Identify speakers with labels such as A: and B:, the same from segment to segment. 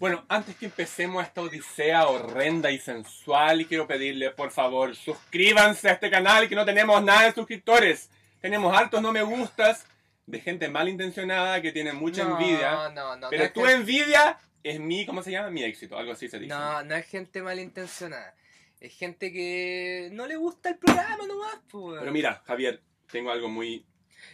A: Bueno, antes que empecemos esta odisea horrenda y sensual, quiero pedirle, por favor, suscríbanse a este canal que no tenemos nada de suscriptores. Tenemos hartos no me gustas de gente malintencionada que tiene mucha
B: no,
A: envidia.
B: No, no,
A: pero
B: no. es
A: tu
B: gen-
A: envidia es mi, ¿cómo se llama? Mi éxito, algo así se dice.
B: No, no es gente malintencionada. Es gente que no le gusta el programa nomás, pues.
A: Pero mira, Javier, tengo algo muy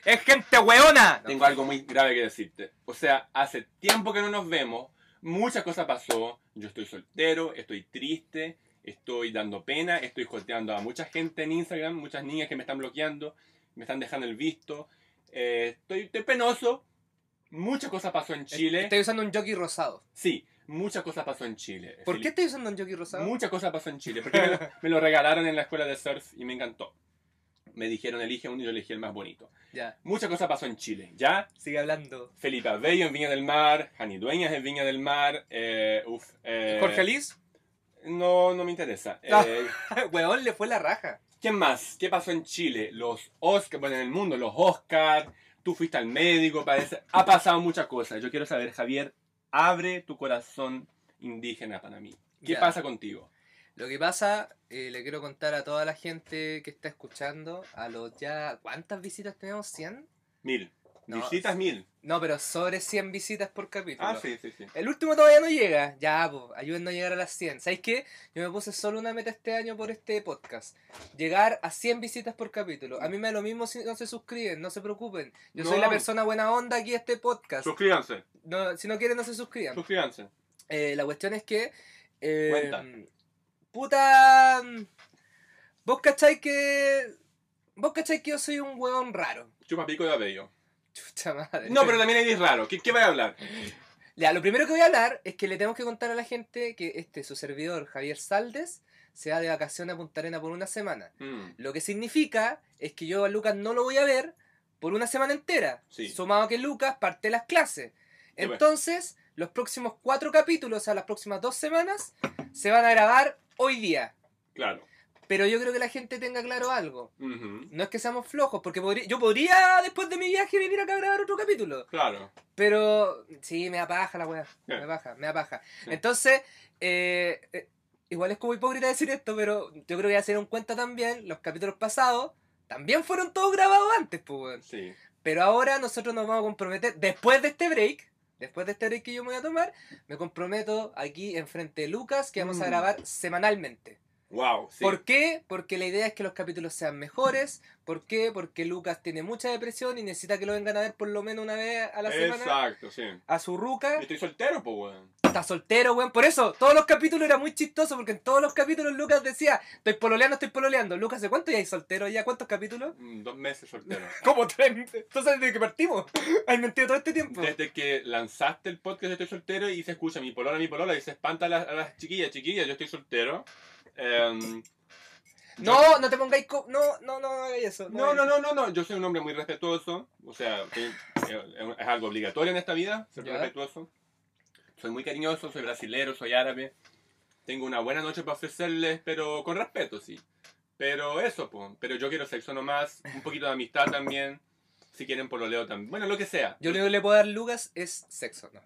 B: ¡Es gente hueona! No.
A: Tengo algo muy grave que decirte. O sea, hace tiempo que no nos vemos, muchas cosas pasó. Yo estoy soltero, estoy triste, estoy dando pena, estoy joteando a mucha gente en Instagram, muchas niñas que me están bloqueando, me están dejando el visto. Eh, estoy, estoy penoso. Muchas cosas pasó
B: Eh,
A: en Chile.
B: Estoy usando un jockey rosado.
A: Sí, muchas cosas pasó en Chile.
B: ¿Por qué estoy usando un jockey rosado?
A: Muchas cosas pasó en Chile, porque me lo, me lo regalaron en la escuela de surf y me encantó. Me dijeron elige uno y yo elegí el más bonito.
B: Ya,
A: Muchas cosas pasó en Chile, ¿ya?
B: sigue hablando.
A: Felipe Abello en Viña del Mar, Jani Dueñas en Viña del Mar, eh, uf, eh,
B: Jorge Liz,
A: No, no me interesa. Eh,
B: Ah. hueón, le fue la raja.
A: ¿Quién más? ¿Qué pasó en Chile? Los Oscar, bueno, en el mundo, los Oscar, tú fuiste al médico, parece, ha pasado muchas cosas. Yo quiero saber, Javier, abre tu corazón indígena para mí. ¿Qué
B: Ya.
A: pasa contigo?
B: Lo que pasa, eh, le quiero contar a toda la gente que está escuchando, a los ya... ¿Cuántas visitas tenemos? ¿100?
A: Mil.
B: No.
A: Visitas mil.
B: No, pero sobre 100 visitas por capítulo.
A: Ah, sí, sí, sí.
B: El último todavía no llega. Ya, po, ayúdennos a llegar a las 100. ¿Sabéis qué? Yo me puse solo una meta este año por este podcast. Llegar a 100 visitas por capítulo. A mí me da lo mismo si no se suscriben, no se preocupen. Yo soy
A: No.
B: la persona buena onda aquí de este podcast.
A: Suscríbanse,
B: No, si no quieren, no se suscriban.
A: suscríbanse.
B: Eh, la cuestión es que... eh,
A: Cuenta.
B: Puta... em, Vos cacháis que... Vos cacháis que yo soy un huevón raro.
A: Chupa pico de Abello.
B: Chucha madre.
A: No, pero también eres raro. ¿Qué, qué vas a hablar?
B: Ya, lo primero que voy a hablar es que le tenemos que contar a la gente que este, su servidor, Javier Saldes, se va de vacaciones a Punta Arena por una semana.
A: Mm.
B: Lo que significa es que yo a Lucas no lo voy a ver por una semana entera.
A: Sí.
B: Sumado a que Lucas parte las clases.
A: bueno.
B: Entonces, los próximos cuatro capítulos, o sea, las próximas dos semanas, se van a grabar hoy día.
A: Claro.
B: Pero yo creo que la gente tenga claro algo.
A: Ujú.
B: No es que seamos flojos, porque podría- yo podría, después de mi viaje, venir acá a grabar otro capítulo.
A: Claro.
B: Pero sí, me da paja la weá. Me da
A: Ya.
B: paja, me da paja.
A: Ya.
B: Entonces, eh, eh, igual es como hipócrita decir esto, pero yo creo que ya se dieron cuenta también, los capítulos pasados también fueron todos grabados antes, pues weón.
A: Sí.
B: Pero ahora nosotros nos vamos a comprometer, después de este break, después de este break que yo me voy a tomar, me comprometo aquí enfrente de Lucas que vamos a
A: Mm.
B: grabar semanalmente.
A: Wow. Sí.
B: ¿Por qué? Porque la idea es que los capítulos sean mejores. ¿Por qué? Porque Lucas tiene mucha depresión y necesita que lo vengan a ver por lo menos una vez a la semana.
A: Exacto, sí.
B: A su ruca.
A: Estoy soltero, pues, weón.
B: Está soltero, weón. Por eso, todos los capítulos era muy chistoso, porque en todos los capítulos Lucas decía, estoy pololeando, estoy pololeando. Lucas, ¿de cuánto ya hay soltero? ¿Ya cuántos capítulos?
A: Mm, Dos meses soltero.
B: Como tres. Entonces, desde que partimos. Hay mentido todo este tiempo.
A: Desde que lanzaste el podcast Estoy soltero y se escucha mi polola, mi polola y se espanta a las, a las chiquillas, chiquillas, yo estoy soltero. Em,
B: No, no te pongáis... co- No, no, no, no hagáis eso.
A: no,
B: hagáis
A: no,
B: eso.
A: no, no, no, yo soy un hombre muy respetuoso, o sea, que- eh, es algo obligatorio en esta vida, ser
B: Ya.
A: respetuoso. Soy muy cariñoso, soy brasilero, soy árabe. Tengo una buena noche para ofrecerles, pero con respeto, sí. Pero eso, po. pero yo quiero sexo nomás, un poquito de amistad también. Si quieren pololeo también. Bueno, lo que sea.
B: Yo lo único que le puedo dar a Lucas es sexo, ¿no?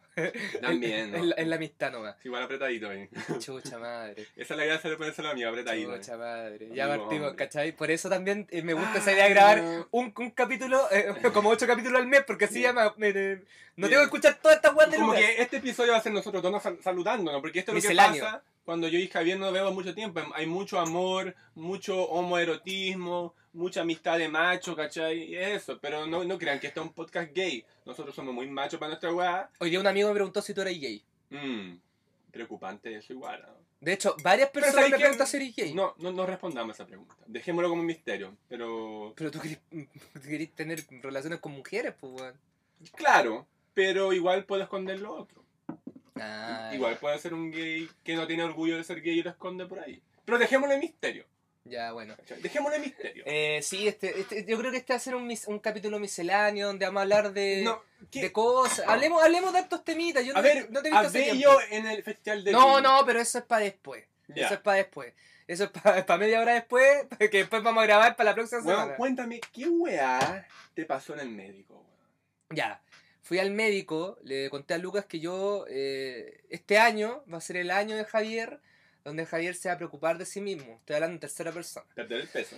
A: También.
B: En,
A: ¿no?
B: en la, en la amistad nomás.
A: Sí, igual apretadito ahí.
B: Chucha madre.
A: Esa es la gracia de ponerse la mía, apretadito. ahí.
B: Chucha madre. Ya
A: Amigo,
B: partimos,
A: hombre.
B: ¿cachai? Por eso también eh, me gusta esa idea de grabar un, un capítulo, eh, como ocho capítulos al mes, porque así ya me- me- me- no
A: Bien.
B: tengo que escuchar todas estas weas de
A: Como
B: Lucas.
A: que este episodio va a ser nosotros dos sal- saludándonos, porque esto es lo que
B: Misceláneo.
A: pasa cuando yo y Javier no vemos mucho tiempo. Em, Hay mucho amor, mucho homoerotismo, mucha amistad de macho, ¿cachai? Y eso, pero no, no crean que esto es un podcast gay. Nosotros somos muy machos para nuestra weá.
B: Hoy día un amigo me preguntó si tú eras gay.
A: Mm, preocupante eso igual. ¿no?
B: De hecho, varias
A: Pero
B: personas
A: ¿sabes
B: me
A: qué?
B: preguntan si eres gay.
A: No, no, no respondamos esa pregunta. Dejémoslo como un misterio, pero...
B: Pero tú querés, tú querés tener relaciones con mujeres, pues, weón.
A: Claro, pero igual puedo esconder lo otro.
B: Ah,
A: Igual puede ser un gay que no tiene orgullo de ser gay y lo esconde por ahí. Pero dejémoslo en misterio.
B: Ya, bueno.
A: ¿cachai? Dejémoslo en misterio.
B: Eh, sí, este, este- yo creo que este va a ser un, mis- un capítulo misceláneo donde vamos a hablar de,
A: no, ¿qué?
B: de cosas. Hablemos, hablemos de estos temitas. Yo
A: Eh, a
B: no,
A: ver,
B: no te he visto
A: a
B: hace
A: Bello
B: tiempo.
A: en el festival de
B: No,
A: Viña.
B: no, pero eso es para después.
A: Ya.
B: Eso es para después. Eso es para media hora después, que después vamos a grabar para la próxima
A: Weón,
B: semana.
A: cuéntame, ¿qué weá te pasó en el médico? weón?
B: Ya. fui al médico, le conté a Lucas que yo, eh, este año va a ser el año de Javier, donde Javier se va a preocupar de sí mismo. Estoy hablando en tercera persona.
A: Perder el peso.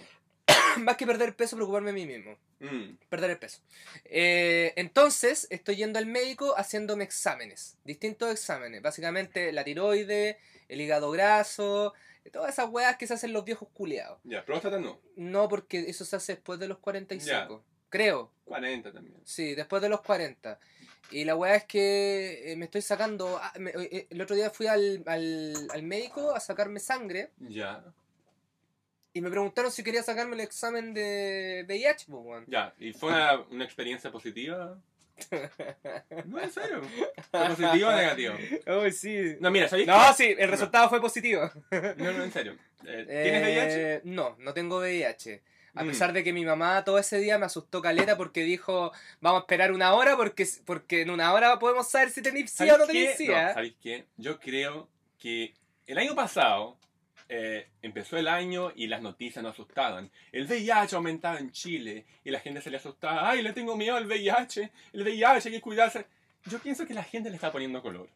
B: Más que perder peso, preocuparme de mí mismo.
A: Mm.
B: Perder el peso. Eh, entonces, estoy yendo al médico haciéndome exámenes. Distintos exámenes. Básicamente la tiroide, el hígado graso, todas esas weas que se hacen los viejos culeados.
A: Ya, próstata no.
B: No, porque eso se hace después de los 45. Creo.
A: 40 también.
B: Sí, después de los 40. Y la weá es que eh, me estoy sacando. ah, me- eh, el otro día fui al, al, al médico a sacarme sangre
A: Ya.
B: y me preguntaron si quería sacarme el examen de VIH, pues, weón.
A: Ya. ¿Y fue una, una experiencia positiva? No, en serio. ¿Fue positivo o negativo?
B: Ay, sí.
A: No, mira, ¿sabes?
B: No, sí, el resultado fue positivo.
A: No, no, en serio. Eh, ¿Tienes VIH?
B: Eh, No, no tengo VIH. A
A: Mm.
B: pesar de que mi mamá todo ese día me asustó caleta porque dijo, vamos a esperar una hora porque, porque en una hora podemos saber si tenéis sí o no
A: ¿Sabéis
B: tenéis
A: qué?
B: sí.
A: No,
B: ¿ah?
A: ¿Sabéis qué? Yo creo que el año pasado eh, empezó el año y las noticias nos asustaban. El VIH aumentaba en Chile y la gente se le asustaba. ¡Ay, le tengo miedo al VIH! El VIH hay que cuidarse. Yo pienso que la gente le está poniendo color.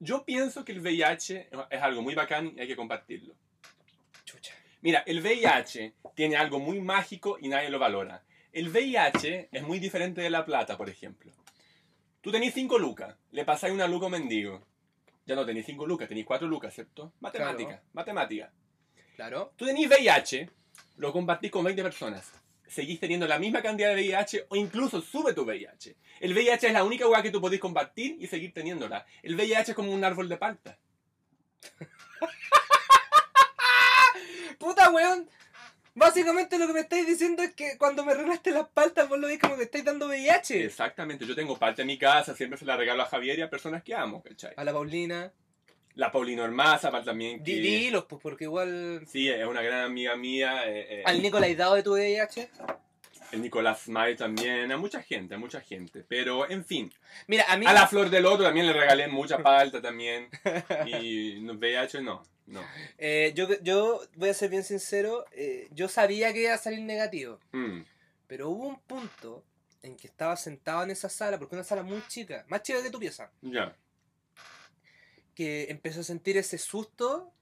A: Yo pienso que el VIH es algo muy bacán y hay que compartirlo.
B: Chucha.
A: Mira, el VIH tiene algo muy mágico y nadie lo valora. El VIH es muy diferente de la plata, por ejemplo. Tú tenés 5 lucas, le pasáis una luca a un mendigo. Ya no tenés 5 lucas, tenés 4 lucas, ¿cierto? Matemática,
B: Claro.
A: matemática.
B: Claro.
A: Tú tenés VIH, lo compartís con 20 personas. Seguís teniendo la misma cantidad de VIH o incluso sube tu VIH. El VIH es la única hueá que tú podés compartir y seguir teniéndola. El VIH es como un árbol de palta.
B: Puta weón. Básicamente lo que me estáis diciendo es que cuando me regalaste las paltas vos lo veis como que estáis dando VIH.
A: Exactamente, yo tengo parte en mi casa, siempre se la regalo a Javier y a personas que amo, ¿cachai?
B: A la Paulina.
A: La Paulina Ormaza para también
B: Di-
A: que...
B: Dilos, pues porque igual...
A: Sí, es una gran amiga mía. eh, eh,
B: Al Nicolás dado de tu VIH.
A: el Nicolás May también. A mucha gente, a mucha gente. Pero, en fin.
B: Mira, a mí...
A: A la Flor del Otro también le regalé mucha palta también. Y no, VIH no. No.
B: eh, yo, yo voy a ser bien sincero. eh, yo sabía que iba a salir negativo.
A: Mm,
B: Pero hubo un punto en que estaba sentado en esa sala, porque una sala muy chica, más chica que tu pieza,
A: ya.
B: que empezó a sentir ese susto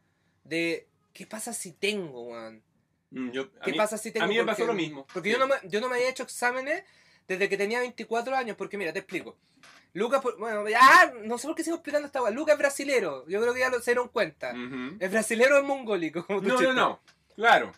B: de ¿qué pasa si tengo, weón?
A: Mm, yo- a
B: ¿Qué
A: mí-
B: pasa si tengo?
A: a mí me
B: Porque-
A: pasó lo mismo.
B: Porque
A: Sí.
B: yo, no me, yo no me había hecho exámenes desde que tenía 24 años, porque mira, te explico. Lucas, por- bueno, ya, no sé por qué sigo explicando esta weón. Lucas es brasilero, yo creo que ya lo se dieron cuenta.
A: Ujú.
B: ¿Es brasilero o es mongólico? Como tu
A: Mm. No, no,
B: chiste.
A: no. Claro.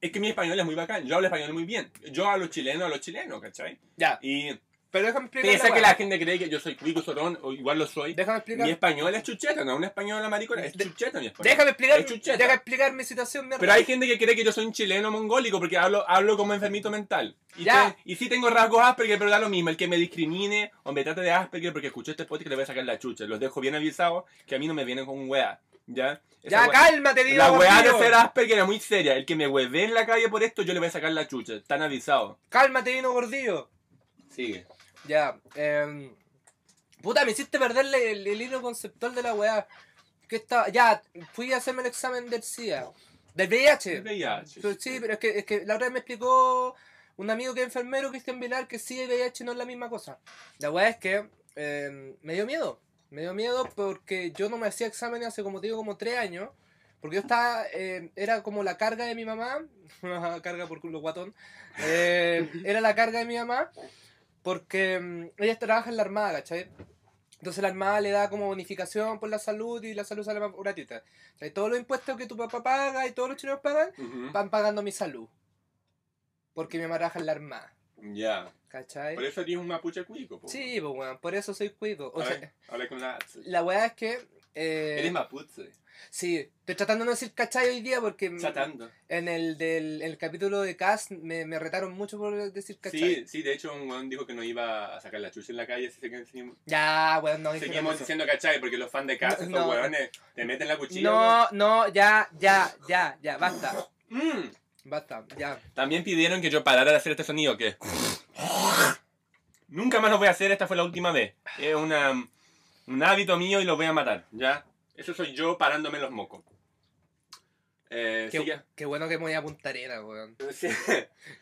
A: Es que mi español es muy bacán. Yo hablo español muy bien. Yo hablo chileno a los chilenos, ¿cachai?
B: Ya,
A: Y
B: pero déjame explicar.
A: piensa que
B: weá.
A: la gente cree que yo soy cuico sorón, o igual lo soy.
B: Déjame
A: Mi
B: explicar.
A: español es chucheta, no es un español maricona, es
B: De-
A: chucheta mi español.
B: Déjame explicar,
A: Es chucheta.
B: déjame explicar mi situación, mierda.
A: Pero hay gente que cree que yo soy un chileno mongólico porque hablo, hablo como enfermito mental. Y,
B: Ya.
A: te- y sí tengo rasgos Asperger, pero da lo mismo. El que me discrimine o me trate de Asperger porque escuché este podcast le voy a sacar la chucha. Los dejo bien avisados que a mí no me vienen con weá. ¿Ya? Esa
B: ya,
A: weá-
B: cálmate, digo.
A: La weá de
B: Gordillo.
A: ser Asperger es muy seria. El que me hueve en la calle por esto, yo le voy a sacar la chucha. Están avisados.
B: Cálmate, vino gordillo.
A: Sigue.
B: Ya, em, Puta, me hiciste perderle el, el hilo conceptual de la weá. Que estaba. Ya, fui a hacerme el examen del SIDA. Del VIH.
A: VIH.
B: Pero Sí, pero es que, es que la otra vez me explicó un amigo que es enfermero, Cristian Vilar, que sí, el VIH no es la misma cosa. La weá es que em, me dio miedo. Me dio miedo porque yo no me hacía exámenes hace, como te digo, como tres años. Porque yo estaba, eh, era como la carga de mi mamá, carga por culo guatón, Eh, era la carga de mi mamá, porque mm, ella trabaja en la Armada, ¿cachai? Entonces la Armada le da como bonificación por la salud y la salud sale más gratuita. O sea, todos los impuestos que tu papá paga y todos los chilenos pagan,
A: Ujú.
B: van pagando mi salud. Porque mi mamá trabaja en la Armada,
A: Ya. Por
B: ¿cachai?
A: eso tienes un mapuche cuico. po.
B: Sí, pues weón, por eso soy cuico. O
A: Habla-
B: sea,
A: habla con la...
B: la weá es que... eh,
A: Eres mapuche.
B: Sí, estoy tratando de no decir cachai hoy día porque...
A: Chatando.
B: En el del el capítulo de Cass me, me retaron mucho por decir cachai.
A: Sí, sí, de hecho un weón dijo que no iba a sacar la chucha en la calle, así que seguimos,
B: Ya, weón, no dijeron
A: seguimos
B: eso.
A: diciendo cachai, porque los fans de casa,
B: No, no.
A: estos weones, te meten la cuchilla. weón.
B: No, no, ya, ya, ya, ya, basta.
A: Mm.
B: Basta, ya.
A: También pidieron que yo parara de hacer este sonido, que Nunca más lo voy a hacer, esta fue la última vez. Es una, un hábito mío y lo voy a matar, ¿ya? Eso soy yo parándome los mocos. Eh,
B: Qué,
A: sí, ya.
B: qué bueno que me voy a Punta Arena, weón.
A: Sí.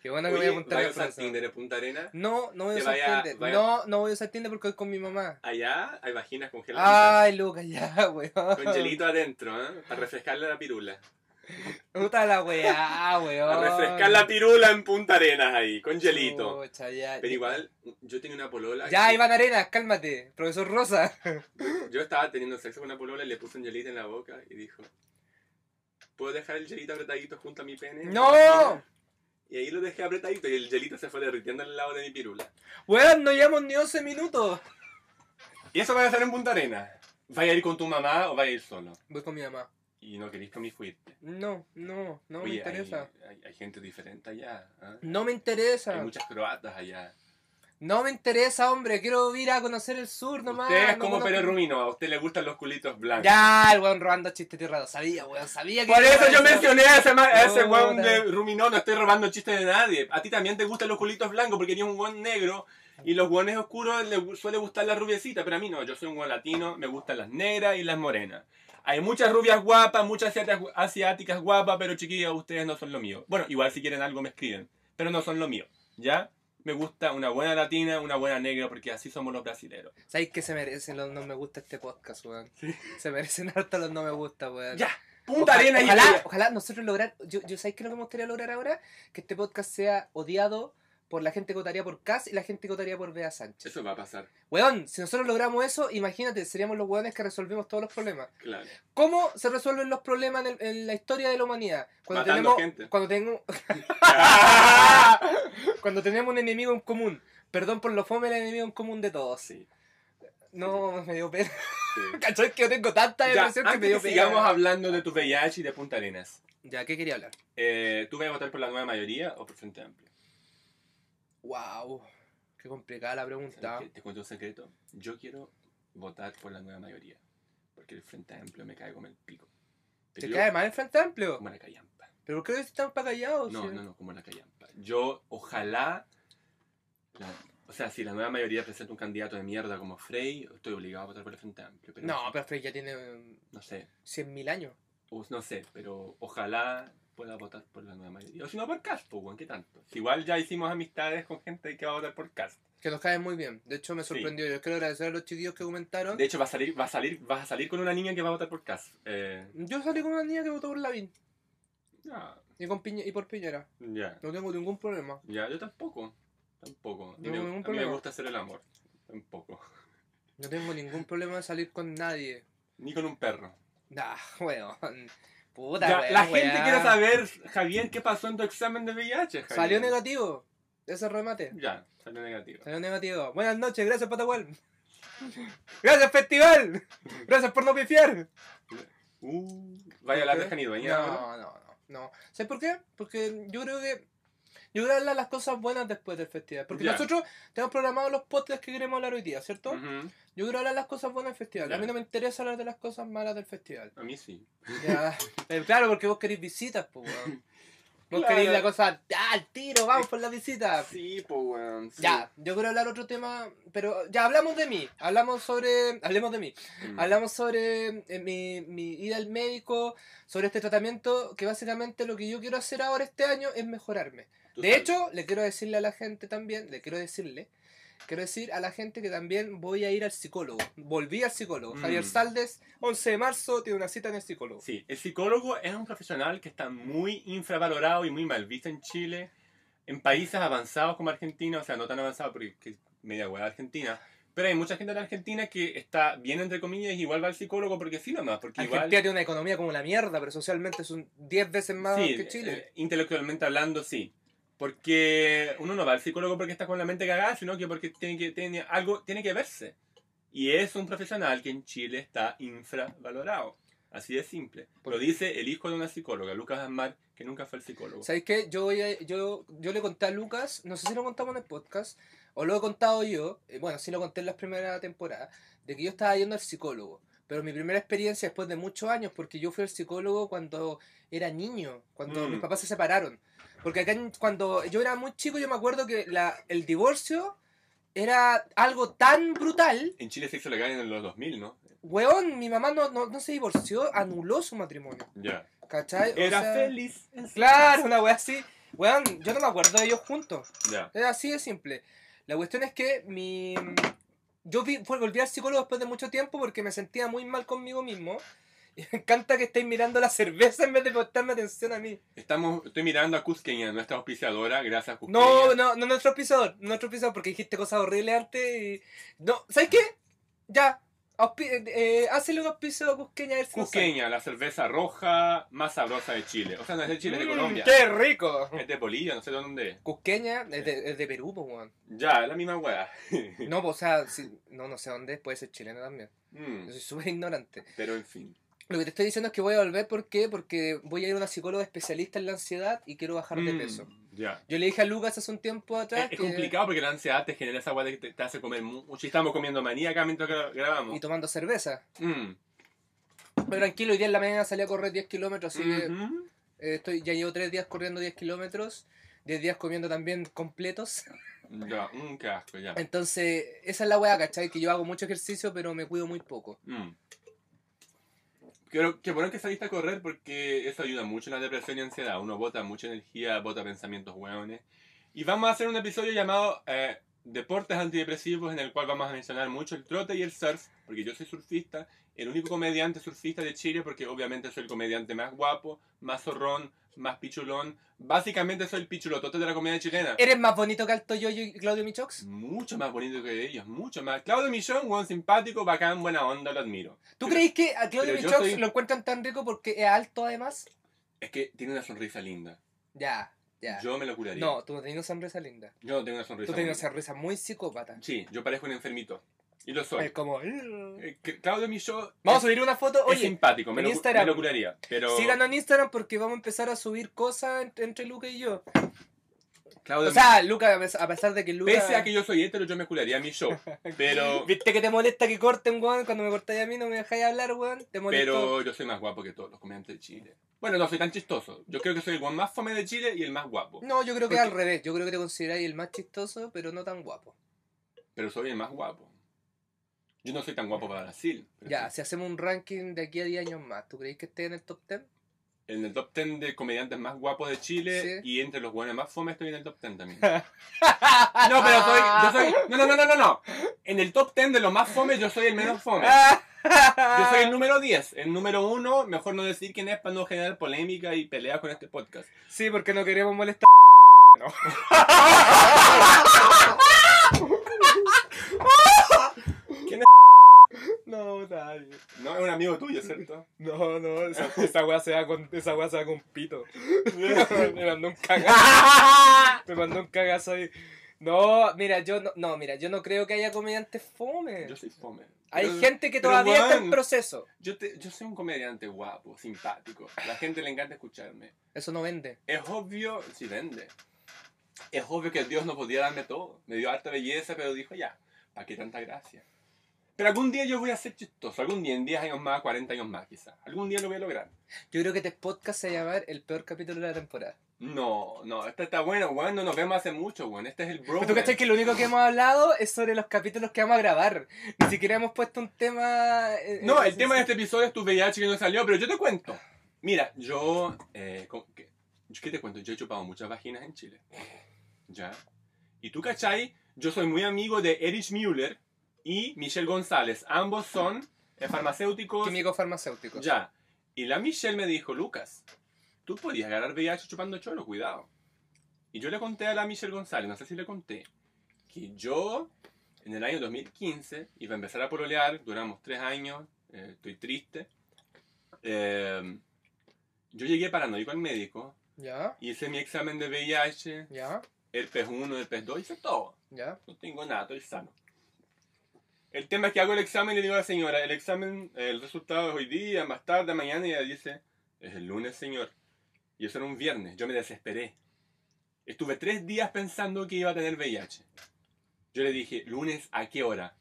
B: Qué bueno que
A: Oye,
B: me voy a Punta
A: ¿vaya a
B: Arena.
A: usar
B: plaza.
A: Tinder en Punta Arena?
B: No, no voy a
A: Te
B: usar
A: vaya-
B: Tinder.
A: vaya-
B: No, no voy a usar Tinder porque voy con mi mamá.
A: Allá hay vaginas congeladas.
B: Ay, Lucas, ya, weón.
A: Con gelito adentro, ¿eh? Para refrescarle la pirula.
B: Puta la weá, weón.
A: Para refrescar la pirula en Punta Arenas ahí, con gelito.
B: Chucha, ya,
A: Pero
B: ya.
A: igual, yo tenía una polola.
B: Ya,
A: que-
B: Iván Arenas, cálmate, profesor Rosa.
A: Yo estaba teniendo sexo con una polola y le puse un gelito en la boca y dijo: ¿Puedo dejar el gelito apretadito junto a mi pene?
B: ¡No!
A: Y ahí lo dejé apretadito y el gelito se fue derritiendo al lado de mi pirula.
B: Weón, no llevamos ni 11 minutos.
A: ¿Y eso va a hacer en Punta Arenas? ¿Vaya a ir con tu mamá o vaya a ir solo?
B: Voy con mi mamá.
A: Y no queréis conmigo
B: No, no, no me
A: Oye, hay-
B: interesa.
A: Hay, hay gente diferente allá. ¿ah?
B: No me
A: Hay
B: interesa.
A: muchas croatas allá.
B: No me interesa, hombre. Quiero ir a conocer el sur nomás.
A: usted es
B: no
A: como
B: conozco-
A: Pérez Rumino, a usted le gustan los culitos blancos.
B: Ya, el weón robando chistes tirado. Sabía, weón, sabía que.
A: Por eso yo mencioné a ese, ma- a ese
B: No,
A: weón
B: no.
A: de Ruminó, no estoy robando chistes de nadie. A ti también te gustan los culitos blancos porque tienes un weón negro y los weones oscuros les gu- suele gustar la rubiecita, pero a mí no, yo soy un weón latino, me gustan las negras y las morenas. Hay muchas rubias guapas, muchas asiatas- asiáticas guapas, pero chiquillos, ustedes no son lo mío. Bueno, igual si quieren algo me escriben, pero no son lo mío, ¿ya? Me gusta una buena latina, una buena negra, porque así somos los brasileros.
B: Sabéis que se merecen los no me gusta este podcast, weón. Se merecen harto los no me gusta, weón.
A: Ya, punta
B: Ojalá-
A: arena y
B: ojalá, ojalá nosotros lograr. Yo, yo sabéis que lo que me gustaría lograr ahora, que este podcast sea odiado por la gente que votaría por Cass y la gente que votaría por Bea Sánchez.
A: Eso va a pasar,
B: Weón, si nosotros logramos eso, imagínate, seríamos los weones que resolvimos todos los problemas.
A: claro.
B: ¿Cómo se resuelven los problemas en, el- en la historia de la humanidad? Cuando
A: Matando
B: tenemos.
A: gente.
B: Cuando tengo, cuando tenemos un enemigo en común. Perdón por lo fome el enemigo en común de todos.
A: Sí,
B: No, me dio pena.
A: sí.
B: ¿Cachai? Que yo tengo tanta
A: Ya,
B: depresión que
A: antes
B: me dio
A: que sigamos
B: pena.
A: hablando de tu VIH y de Punta Arenas.
B: Ya, ¿qué quería hablar?
A: Eh, ¿Tú vas a votar por la nueva mayoría o por Frente Amplio?
B: Wow, qué complicada la pregunta.
A: ¿Sabes qué? Te cuento un secreto. Yo quiero votar por la nueva mayoría. Porque el Frente Amplio me cae como el pico. Pero
B: ¿Te
A: yo-
B: cae mal el Frente Amplio?
A: Como la callampa.
B: ¿Pero por qué están para callados?
A: No,
B: Oh, sí?
A: no, no, como la callampa. Yo, ojalá... la- o sea, si la nueva mayoría presenta un candidato de mierda como Frey, estoy obligado a votar por el Frente Amplio. Pero
B: No, pero Frey ya tiene mm,
A: No sé.
B: 100.000 años.
A: O no sé, pero ojalá pueda votar por la nueva mayoría. O si no, por Cast, pues, weón, ¿qué tanto? Si igual ya hicimos amistades con gente que va a votar por Cast.
B: Que nos cae muy bien. De hecho, me
A: Sí.
B: sorprendió. Yo quiero agradecer a los chiquillos que comentaron.
A: De hecho, va a salir, va a salir, vas a salir con una niña que va a votar por Cast. Eh,
B: Yo salí con una niña que votó por Lavín
A: no,
B: y, con Piñe- y por Piñera.
A: ya,
B: No tengo ningún problema.
A: ya, yo tampoco. Tampoco. A mí,
B: No,
A: me,
B: ningún
A: a mí me
B: problema.
A: gusta hacer el amor. Tampoco.
B: No tengo ningún problema de salir con nadie.
A: Ni con un perro.
B: Nah, weón. Puta,
A: Ya,
B: weón,
A: la gente
B: weá.
A: quiere saber, Javier, ¿qué pasó en tu examen de VIH? Javier?
B: Salió negativo. Ese remate.
A: Ya, salió negativo.
B: Salió negativo. Buenas noches, gracias Patagual. Gracias Festival. Gracias por no pifiar.
A: Uh, vaya a hablar de
B: ¿Qué?
A: Janidueña. ahora?
B: No, no, no, no. ¿Sabes por qué? Porque yo creo que. Yo creo que hablar las cosas buenas después del festival. Porque
A: Ya.
B: nosotros tenemos programados los podcasts que queremos hablar hoy día, ¿cierto?
A: Ujú.
B: Yo quiero hablar las cosas buenas del festival. A
A: Ya.
B: mí no me interesa hablar de las cosas malas del festival.
A: A mí sí.
B: Ya. Eh, claro, porque vos queréis visitas, pues, weón. Vos
A: Claro.
B: queréis la cosa. ¡Ah, al tiro! ¡Vamos por la visita!
A: Sí, pues, weón. sí.
B: Ya, yo quiero hablar otro tema, pero ya hablamos de mí, hablamos sobre, hablemos de mí,
A: Mm.
B: hablamos sobre eh, mi, mi ida al médico, sobre este tratamiento, que básicamente lo que yo quiero hacer ahora este año es mejorarme.
A: Tú
B: De
A: sabes.
B: hecho, le quiero decirle a la gente también, le quiero decirle, quiero decir a la gente que también voy a ir al psicólogo, volví al psicólogo,
A: Mm.
B: Javier Saldes, 11 de marzo, tiene una cita en el psicólogo.
A: Sí, el psicólogo es un profesional que está muy infravalorado y muy mal visto en Chile, en países avanzados como Argentina, o sea, no tan avanzado porque que es media hueá Argentina, pero hay mucha gente en Argentina que está bien entre comillas y igual va al psicólogo porque sí nomás, porque
B: Argentina
A: igual...
B: tiene una economía como la mierda, pero socialmente son 10 veces más
A: sí,
B: que Chile.
A: eh, intelectualmente hablando, sí. Porque uno no va al psicólogo porque está con la mente cagada, sino que porque tiene que, tiene algo, tiene que verse. Y es un profesional que en Chile está infravalorado. Así de simple. Lo dice el hijo de una psicóloga, Lucas Amar, que nunca fue el psicólogo.
B: ¿Sabéis qué? Yo, voy a- yo, yo le conté a Lucas, no sé si lo contamos en el podcast, o lo he contado yo, eh, bueno, sí lo conté en la primera temporada, de que yo estaba yendo al psicólogo. Pero mi primera experiencia después de muchos años, porque yo fui al psicólogo cuando era niño, cuando
A: Mm.
B: mis papás se separaron. Porque acá, en- cuando yo era muy chico, yo me acuerdo que la, el divorcio era algo tan brutal.
A: En Chile se hizo legal en los 2000, ¿no?
B: Weón, mi mamá no, no, no se divorció, anuló su matrimonio.
A: Ya.
B: ¿Cachai? O
A: Era
B: sea,
A: feliz.
B: Claro, una wea así. Weón, yo no me acuerdo de ellos juntos.
A: Ya.
B: Es así de simple. La cuestión es que mi. Yo vi, fue- volví al psicólogo después de mucho tiempo porque me sentía muy mal conmigo mismo. Y me encanta que estéis mirando la cerveza en vez de prestarme atención a mí.
A: Estamos, estoy mirando a Cusqueña, nuestra auspiciadora. Gracias, Cusqueña.
B: No, no, no nuestro pisador, nuestro pisador, porque dijiste cosas horribles antes y. No, ¿sabes qué? Ya, auspi- eh, eh, hazle un auspicio a Cusqueña a ver si nos sale.
A: Cusqueña, la cerveza roja más sabrosa de Chile. O sea, no es de Chile, es de
B: Mm,
A: Colombia.
B: ¡Qué rico!
A: Es de Bolivia, no sé de dónde es.
B: Cusqueña es de, es de Perú, po, weón.
A: Ya, es la misma weá.
B: No, po, o sea, si- no, no sé dónde, es, puede ser chilena también.
A: Mm,
B: Yo soy súper ignorante.
A: pero en fin.
B: Lo que te estoy diciendo es que voy a volver, ¿por qué? Porque voy a ir a una psicóloga especialista en la ansiedad y quiero bajar de
A: Mm,
B: peso.
A: Ya.
B: Yo le dije a Lucas hace un tiempo atrás
A: Es, es
B: que-
A: complicado porque la ansiedad te genera esa weá de que te, te hace comer mu- mucho. Y estamos comiendo manía acá mientras gra- grabamos.
B: y tomando cerveza.
A: Mm.
B: Pero tranquilo, hoy día en la mañana salí a correr 10 kilómetros, así que
A: Ujú.
B: eh, estoy, ya llevo 3 días corriendo 10 kilómetros, 10 días comiendo también completos.
A: Ya, mm, qué asco, ya.
B: Entonces, esa es la weá, ¿cachai? Que yo hago mucho ejercicio, pero me cuido muy poco.
A: Mm. Creo que bueno que saliste a correr porque eso ayuda mucho en la depresión y ansiedad. Uno bota mucha energía, bota pensamientos hueones. Y vamos a hacer un episodio llamado eh, Deportes Antidepresivos en el cual vamos a mencionar mucho el trote y el surf, porque yo soy surfista, el único comediante surfista de Chile, porque obviamente soy el comediante más guapo, más zorrón, más pichulón. Básicamente soy el pichulotote de la comedia chilena.
B: ¿Eres más bonito que Alto Yoyo y Claudio Michox?
A: Mucho más bonito que ellos, mucho más. Claudio Millón, hueón simpático, bacán, buena onda, lo admiro.
B: ¿Tú
A: Pero-
B: crees que a Claudio
A: pero yo
B: Michox
A: soy-
B: lo encuentran tan rico porque es alto además?
A: Es que tiene una sonrisa linda.
B: Ya, ya.
A: Yo me lo curaría.
B: No, tú no tenías una sonrisa linda.
A: Yo no tengo una sonrisa.
B: Tú tenías
A: muy-
B: una sonrisa muy psicópata.
A: Sí, yo parezco un enfermito. Y lo soy.
B: Es como.
A: Eh, que- Claudio Micho
B: Vamos a
A: es,
B: subir una foto.
A: es
B: Oye,
A: simpático, me
B: en
A: lo, cu-
B: Instagram.
A: me lo curaría. Pero
B: síganos en Instagram porque vamos a empezar a subir cosas entre, entre Luca y yo.
A: Claudio
B: O sea, Luca, a pes- a pesar de que Luca.
A: Micho- pese a que yo soy hétero, yo me curaría a mi show. Pero,
B: Viste que te molesta que corten, weón. Cuando me cortáis a mí no me dejáis hablar, weón. Te molestó.
A: pero yo soy más guapo que todos los comediantes de Chile. Bueno, no soy tan chistoso. Yo creo que soy el guan más fome de Chile y el más guapo.
B: No, yo creo
A: Porque-
B: que es al revés. Yo creo que te consideráis el más chistoso, pero no tan guapo.
A: Pero soy el más guapo. Yo no soy tan guapo para Brasil. pero
B: Ya,
A: sí.
B: si hacemos un ranking de aquí a 10 años más, ¿tú crees que esté en el top 10?
A: En el top 10 de comediantes más guapos de Chile
B: Sí.
A: y entre los guanes más fome estoy en el top 10 también. No, pero soy, yo soy. No, no, no, no, no, no. En el top 10 de los más fome, yo soy el menos fome. Yo soy el número 10. El número 1, mejor no decir quién es para no generar polémica y peleas con este podcast.
B: Sí, porque no queremos molestar.
A: ¿Quién es?
B: No, nadie.
A: No, es un amigo tuyo, ¿cierto?
B: No, no, esa, esa weá se da con, esa weá se da con pito. me mandó un cagazo.
A: ya,
B: Me mandó un cagazo ahí. No, mira, yo no, no, mira, yo no creo que haya comediantes fome.
A: yo soy fome.
B: Hay
A: Pero-
B: gente que
A: pero,
B: todavía está en
A: weón,
B: proceso.
A: Yo, te- yo soy un comediante guapo, simpático. La gente le encanta escucharme.
B: Eso no vende.
A: Es obvio, si vende. Es obvio que Dios no podía darme todo. Me dio harta belleza, pero dijo ya, ¿para qué tanta gracia? Pero algún día yo voy a ser chistoso. Algún día, en 10 años más, 40 años más quizás. Algún día lo voy a lograr.
B: Yo creo que este podcast se va a llamar el peor capítulo de la temporada.
A: No, no, esta está buena, weón. No nos vemos hace mucho, weón. Este es el bro.
B: Pero tú cachai que lo único que hemos hablado es sobre los capítulos que vamos a grabar. Ni siquiera hemos puesto un tema. eh,
A: No,
B: eh,
A: el tema de este episodio es tu VIH que no salió, pero yo te cuento. Mira, yo. Eh, con- ¿qué, yo ¿Qué te cuento? Yo he chupado muchas vaginas en Chile. ¿Ya? Y tú, ¿cachai? Yo soy muy amigo de Erich Müller y Michelle González. Ambos son eh, farmacéuticos.
B: químico farmacéutico.
A: Ya. Y la Michelle me dijo, Lucas, tú podías ganar VIH chupando choro, cuidado. Y yo le conté a la Michelle González, no sé si le conté, que yo en el año 2015 iba a empezar a pololear, duramos tres años, eh, estoy triste. Eh, yo llegué paranoico al médico,
B: Ya,
A: hice mi examen de VIH,
B: ya,
A: herpes 1, herpes 2, hice todo.
B: ya.
A: No tengo nada, estoy sano. El tema es que hago el examen y le digo a la señora, el examen, eh, el resultado es hoy día, más tarde, mañana, y ella dice, es el lunes, señor. Y eso era un viernes, yo me desesperé. Estuve tres días pensando que iba a tener VIH. Yo le dije, lunes, ¿a qué hora?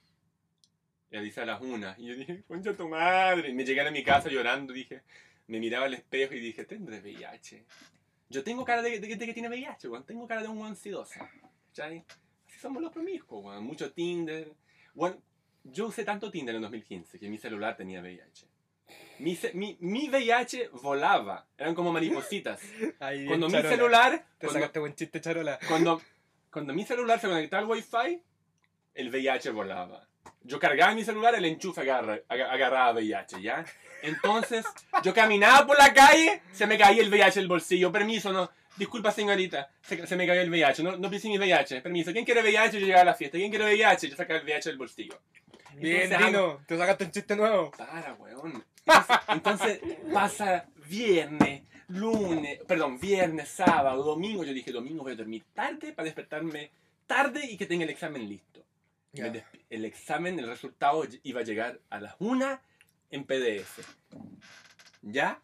A: Ella dice a las una. Y yo dije, concha tu madre. Y me llegué a mi casa llorando, dije, me miraba al espejo y dije, tendré VIH. Yo tengo cara de, de- de que tiene VIH, weón. Tengo cara de un guancidosa. ¿Cachai? Así somos los promiscuos, weón. Mucho Tinder. Weón, yo usé tanto Tinder en 2015 que mi celular tenía VIH. Mi, ce- mi, mi VIH volaba. Eran como maripositas.
B: Ahí,
A: Cuando mi
B: Charola.
A: celular...
B: Te
A: cuando-
B: sacaste buen chiste, Charola.
A: cuando, cuando mi celular se conectaba al wifi, el VIH volaba. Yo cargaba mi celular, el enchufe agarra, aga- agarraba VIH, ¿ya? Entonces, yo caminaba por la calle, se me caía el VIH del bolsillo. Permiso, no. Disculpa, señorita, se, se me cayó el VIH. No, no pise mi VIH. Permiso. ¿Quién quiere VIH? Yo llegaba a la fiesta. ¿Quién quiere VIH? Yo sacaba el VIH del bolsillo.
B: Bien,
A: Entonces,
B: Dino. Te sacaste un chiste nuevo.
A: Para, weón. Entonces, entonces pasa viernes, lunes, perdón, viernes, sábado, domingo. Yo dije, domingo voy a dormir tarde para despertarme tarde y que tenga el examen listo. Me
B: Ya.
A: desp- El examen, el resultado ll- iba a llegar a las 1 en PDF. ¿Ya?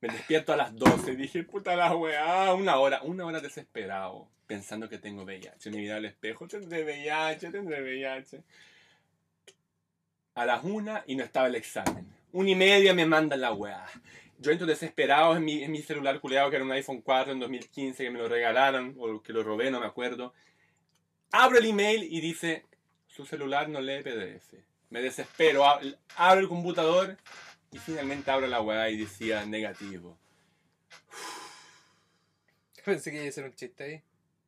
A: Me despierto a las 12. Dije, puta la weá, una hora, una hora desesperado, pensando que tengo VIH. Me miraba al espejo, tendré VIH, tendré VIH. A las 1 y no estaba el examen. Una y media me mandan la weá. Yo entro desesperado en mi, en mi celular culeado, que era un iPhone 4 en 2015, que me lo regalaron, o que lo robé, no me acuerdo. Abro el email y dice, su celular no lee PDF. Me desespero, ab- abro el computador y finalmente abro la weá y decía negativo.
B: Pensé que iba a ser un chiste ahí.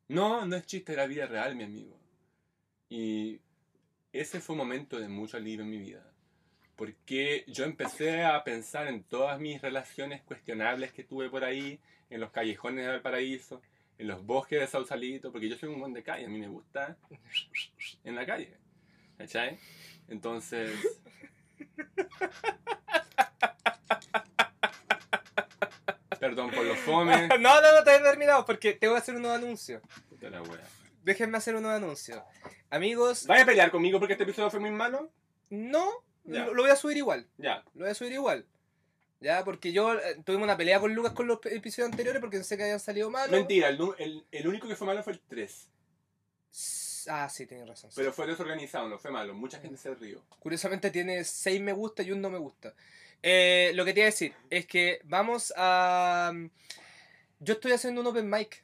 A: No, no es chiste de la vida real, mi amigo. Y ese fue un momento de mucho alivio en mi vida. Porque yo empecé a pensar en todas mis relaciones cuestionables que tuve por ahí, en los callejones de Valparaíso, en los bosques de Sausalito, porque yo soy un buen de calle, a mí me gusta en la calle. ¿Cachai? Entonces. Perdón por los fomes.
B: no, no, no, todavía no he terminado porque te voy a hacer unos anuncios.
A: Puta la wea.
B: Déjenme hacer unos anuncios. Amigos,
A: ¿Vas a pelear conmigo porque este episodio fue muy malo?
B: no,
A: Ya.
B: lo- lo voy a subir igual.
A: Ya.
B: Lo voy a subir igual. Ya, porque yo eh, tuvimos una pelea con Lucas con los pe- episodios anteriores porque pensé que habían salido malos.
A: Mentira, el, nu- el- el único que fue malo fue el 3.
B: S- Ah, sí, tienes razón. sí.
A: Pero fue desorganizado, no fue malo. Mucha gente se rió.
B: Curiosamente tiene 6 me gusta y un no me gusta. Eh, lo que te iba a decir es que vamos a... mm, Yo estoy haciendo un open mic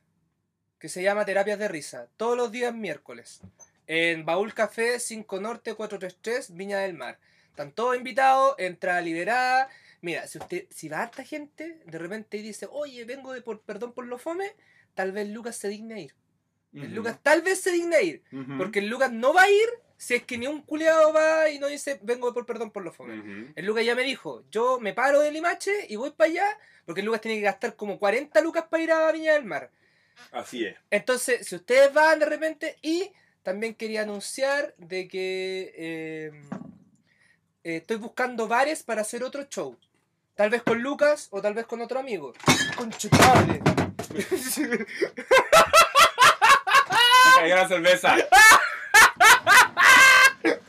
B: que se llama Terapias de Risa, todos los días miércoles. En Baúl Café 5 Norte 433, Viña del Mar. Están todos invitados, entrada liberada. Mira, si usted, si va harta gente, de repente y dice, oye, vengo de por perdón por lo fome, tal vez Lucas se digne a ir. El Lucas tal vez se digne a ir.
A: Ujú.
B: Porque el Lucas no va a ir si es que ni un culeado va y no dice, vengo por perdón por los
A: Ujú.
B: fomes. El Lucas ya me dijo, yo me paro del Limache y voy para allá, porque el Lucas tiene que gastar como 40 lucas para ir a Viña del Mar.
A: Así es.
B: Entonces, si ustedes van de repente, y también quería anunciar de que eh, eh, estoy buscando bares para hacer otro show. Tal vez con Lucas o tal vez con otro amigo. Conchutable.
A: Me cayó la cerveza.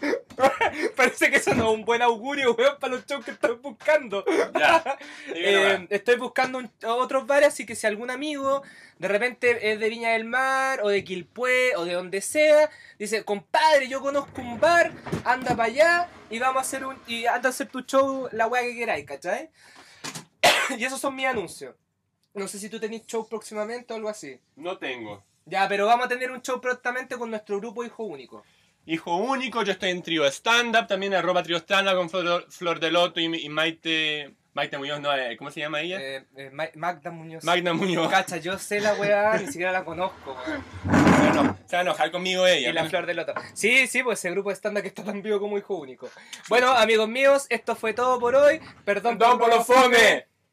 B: Parece que eso no es un buen augurio, weón, para los shows que estoy buscando.
A: Ya.
B: Eh, estoy buscando un- otros bares, así que si algún amigo de repente es de Viña del Mar o de Quilpué o de donde sea, dice, compadre, yo conozco un bar, anda para allá y vamos a hacer un y anda a hacer tu show la weá que queráis, ¿cachai? y esos son mis anuncios. No sé si tú tenés show próximamente o algo así.
A: no tengo.
B: Ya, pero vamos a tener un show prontamente con nuestro grupo Hijo Único.
A: Hijo único, yo estoy en trío stand-up, también arroba trío stand-up con Flor, Flor de Loto y, y Maite... Maite Muñoz, no, eh, ¿cómo se llama ella?
B: Eh, eh, Ma- Magda Muñoz.
A: Magna Muñoz.
B: Cacha, yo sé la weá, ni siquiera la conozco, weón.
A: Se va a eno- se va a enojar conmigo ella.
B: Y la flor del loto. Sí, sí, pues ese grupo estándar que está tan vivo como hijo único. Bueno, amigos míos, esto fue todo por hoy. Perdón
A: Don Polo Fome.